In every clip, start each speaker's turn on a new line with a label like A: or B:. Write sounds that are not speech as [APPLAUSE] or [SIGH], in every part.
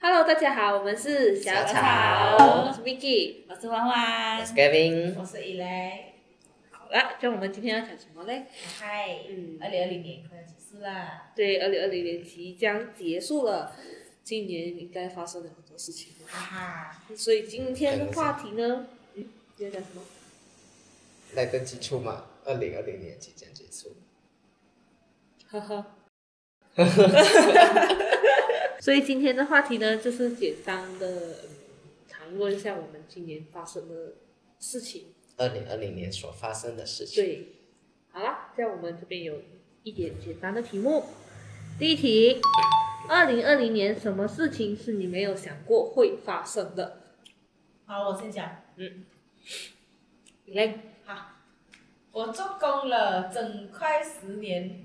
A: Hello，大家好，我们是小
B: 小
A: 草，
B: 草
A: 我是 Vicky。
B: 我是欢欢
C: 我，是 Gavin，
B: 我是依雷，
A: 好啦，就我们今天要讲什么嘞？
B: 嗨，
A: 嗯
B: 二零二零年快要结束啦，
A: 对，二零二零年即将结束了，今年应该发生了很多事情，
B: 哈啊哈，
A: 所以今天的话题呢，嗯，你要讲什么？
C: 来得及出嘛？二零二零年即将结束，
A: 呵
B: [LAUGHS]
A: 呵。所以今天的话题呢，就是简单的嗯，谈论一下我们今年发生的事情。
C: 二零二零年所发生的事情。
A: 对，好啦，这样我们这边有一点简单的题目。第一题，二零二零年什么事情是你没有想过会发生的？
B: 好，我先讲，
A: 你来，
B: 好，我做工了整快十年，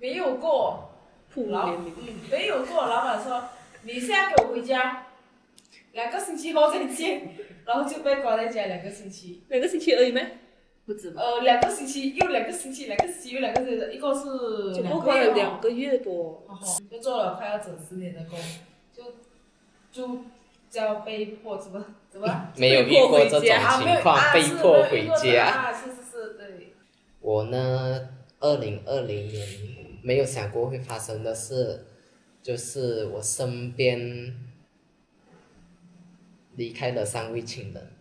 B: 没有过，
A: 兔
B: 老
A: 年龄
B: 嗯没有过，老板说你现在给我回家，两个星期后再见，然后就被关在家两个星期，
A: 两个星期而已咩？不止吧，
B: 呃，两个星期又两个星期，两个星期又两个星期，一共是
A: 总共
B: 个
A: 花
B: 月
A: 了
B: 哦
A: 两个月多。
B: 然后就做了快要整十年的工，就就叫被迫怎么怎么
C: 没有遇过这种
B: 啊没有
C: 情况，
B: 啊
C: 被
B: 是
C: 迫
B: 没有
C: 回
B: 遇过的
C: 家。
B: 啊，是是是，对，
C: 我呢，二零二零年没有想过会发生的事，就是我身边离开了三位亲人。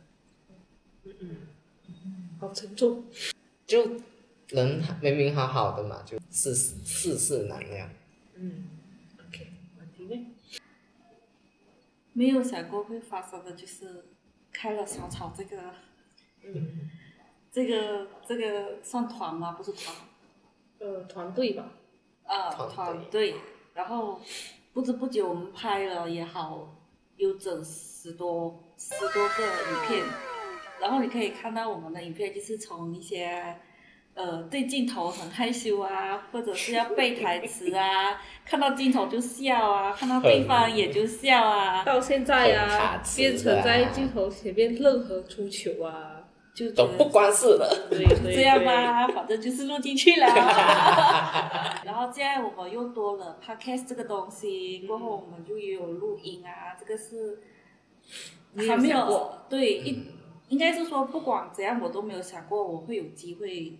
A: 好沉重，
C: 就人明明好好的嘛，就世世事难料。
A: 嗯，OK，问题呢？
D: 没有想过会发生的，就是开了小草这个
A: 嗯，
D: 这个这个算团吗？不是团，
A: 呃，团队吧，
D: 呃，
C: 团
B: 哦
C: 队
D: 团队。然后不知不觉我们拍了也好，有整十多十多个影片，然后你可以看到我们的影片就是从一些。呃，对镜头很害羞啊，或者是要背台词啊， [LAUGHS] 看到镜头就笑啊，看到对方也就笑啊，
A: 到现在
C: 很卡
A: 啊，
C: 词
A: 变成
C: 的
A: 在
C: 啊
A: 镜头前面任何出糗
D: [LAUGHS]
A: 啊，
D: 就觉
C: 都
D: 得
C: 不关事了，
A: 对对
D: 这样？吧，反正就是录进 [LAUGHS] 去了。然后现在我们又多了 podcast 这个东西，过后我们就也有录音啊，这个是
A: 你有
D: 还没
A: 想
D: 有嗯
A: 过
D: 对一，
C: 嗯
D: 应该是说不管怎样，我都没有想过我会有机会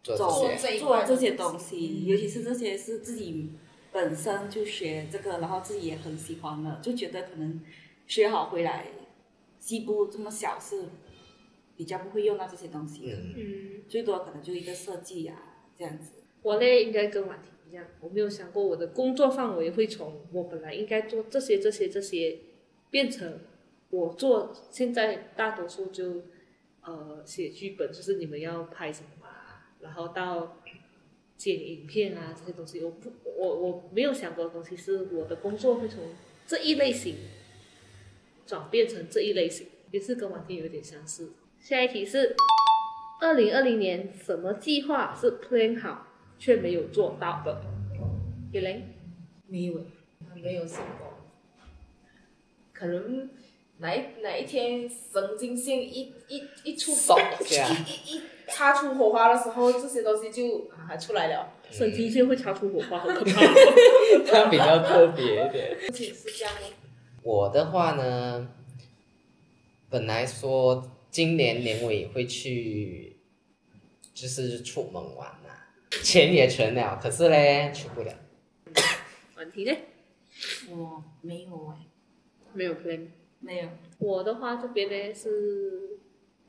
C: 做
D: 走
C: 这些
B: 这一
D: 做
B: 块
D: 这嗯些
B: 东西
D: 东西，尤其是这些是自己本身就学这个，然后自己也很喜欢的，就觉得可能学好回来，西部这么小是比较不会用到这些东西的。
C: 嗯，
A: 嗯，
D: 最多可能就一个设计呀、这样子。
A: 我嘞应该跟婉婷一样，我没有想过我的工作范围会从我本来应该做这些这些这些，变成我做现在大多数就呃写剧本，就是你们要拍什么啊，然后到。剪影片啊，这些东西，我不，我我没有想过的东西是我的工作会从这一类型转变成这一类型，也是跟婉婷有点相似。下一题是，二零二零年什么计划是 plan 好却没有做到的？雨玲，
B: 没有，没有想过，可能哪一哪一天神经线一一一出
C: 扫一下
B: 一一擦出火花的时候，这些东西就啊出来了。
A: 神经线会擦出火花，好可怕！
C: [LAUGHS] 它比较特别一点。
B: 事情是这样的，
C: 我的话呢，本来说今年年尾会去，就是出门玩啊呐、钱也存了，可是嘞去不了。
A: 婉婷呢？
D: 我没有哎、
A: 没有 plan。
D: 没有。
A: 我的话这边呢是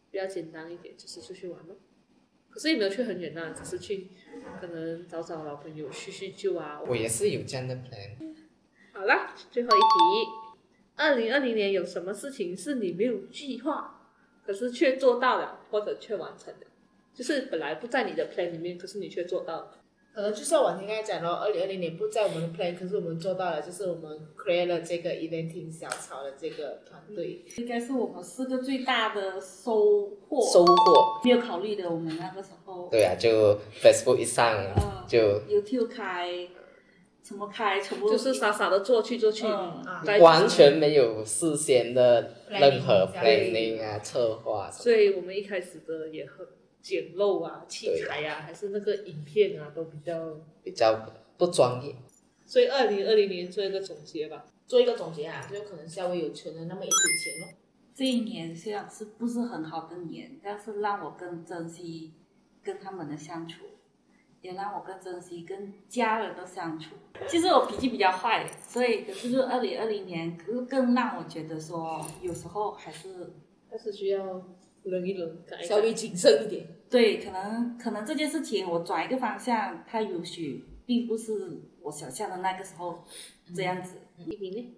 A: 比较简单一点，就是出去玩咯。可是也没有去很远啊呐、只是去可能找找老朋友叙叙旧啊。
C: 我也是有这样的 plan，
A: 好啦，最后一题，二零二零年有什么事情是你没有计划，可是却做到了或者却完成的？就是本来不在你的 plan 里面，可是你却做到了。
B: 可呃能就像我刚才讲了，二零二零年不在我们的 plan，可是我们做到了，就是我们 create 了这个 eventing 小草的这个团队。
D: 应该是我们四个最大的收获，
C: 收获。
D: 没有考虑的。我们那个时候
C: 对啊，就 Facebook 一上
D: 啊
C: 就
D: YouTube 开，什么开，全部
A: 就是傻傻的做去做去，
D: 哦嗯
B: 啊
A: 该
C: 完全没有事先的任何
B: Planning，
C: planning 啊、策划什么。
A: 所以我们一开始的也很简陋啊，器材呀、啊，还是那个影片啊，都比较
C: 比较不专业。
A: 所以二零二零年做一个总结吧。
B: 做一个总结啊，就可能稍微有存了那么一点钱咯。
D: 这一年虽然是不是很好的年，但是让我更珍惜跟他们的相处，也让我更珍惜跟家人的相处。其实我脾气比较坏，所以可是就二零二零年，可是更让我觉得说，有时候还是
A: 但是需要忍一忍，改一
B: 稍微
A: 改。
B: 谨慎一点。
D: 对，可能可能这件事情我转一个方向，它也许并不是我想象的那个时候这样子。
A: 你你呢？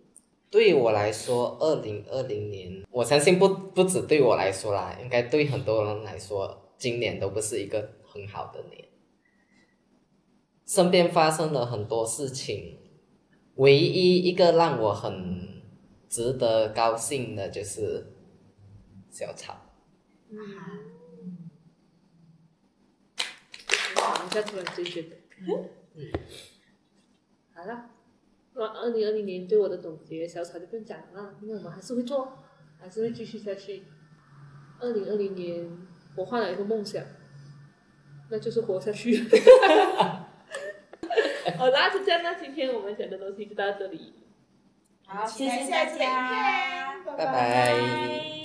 C: 对于我来说，二零二零年，我相信不不止对我来说啦，应该对很多人来说，今年都不是一个很好的年。身边发生了很多事情，唯一一个让我很值得高兴的就是小草。
A: 嗯，想一下，突然间觉得，嗯好了，那二零二零年对我的总结，小草就不用讲了，因为我们还是会做，还是会继续下去。二零二零年，我换了一个梦想，那就是活下去。 [LAUGHS] 好啦，就这样，那今天我们讲的东西就到这里。
D: 好，谢
B: 期待
D: 谢
B: 下
D: 大
B: 期的影片
D: 家，
C: 拜
B: 拜拜
C: 拜。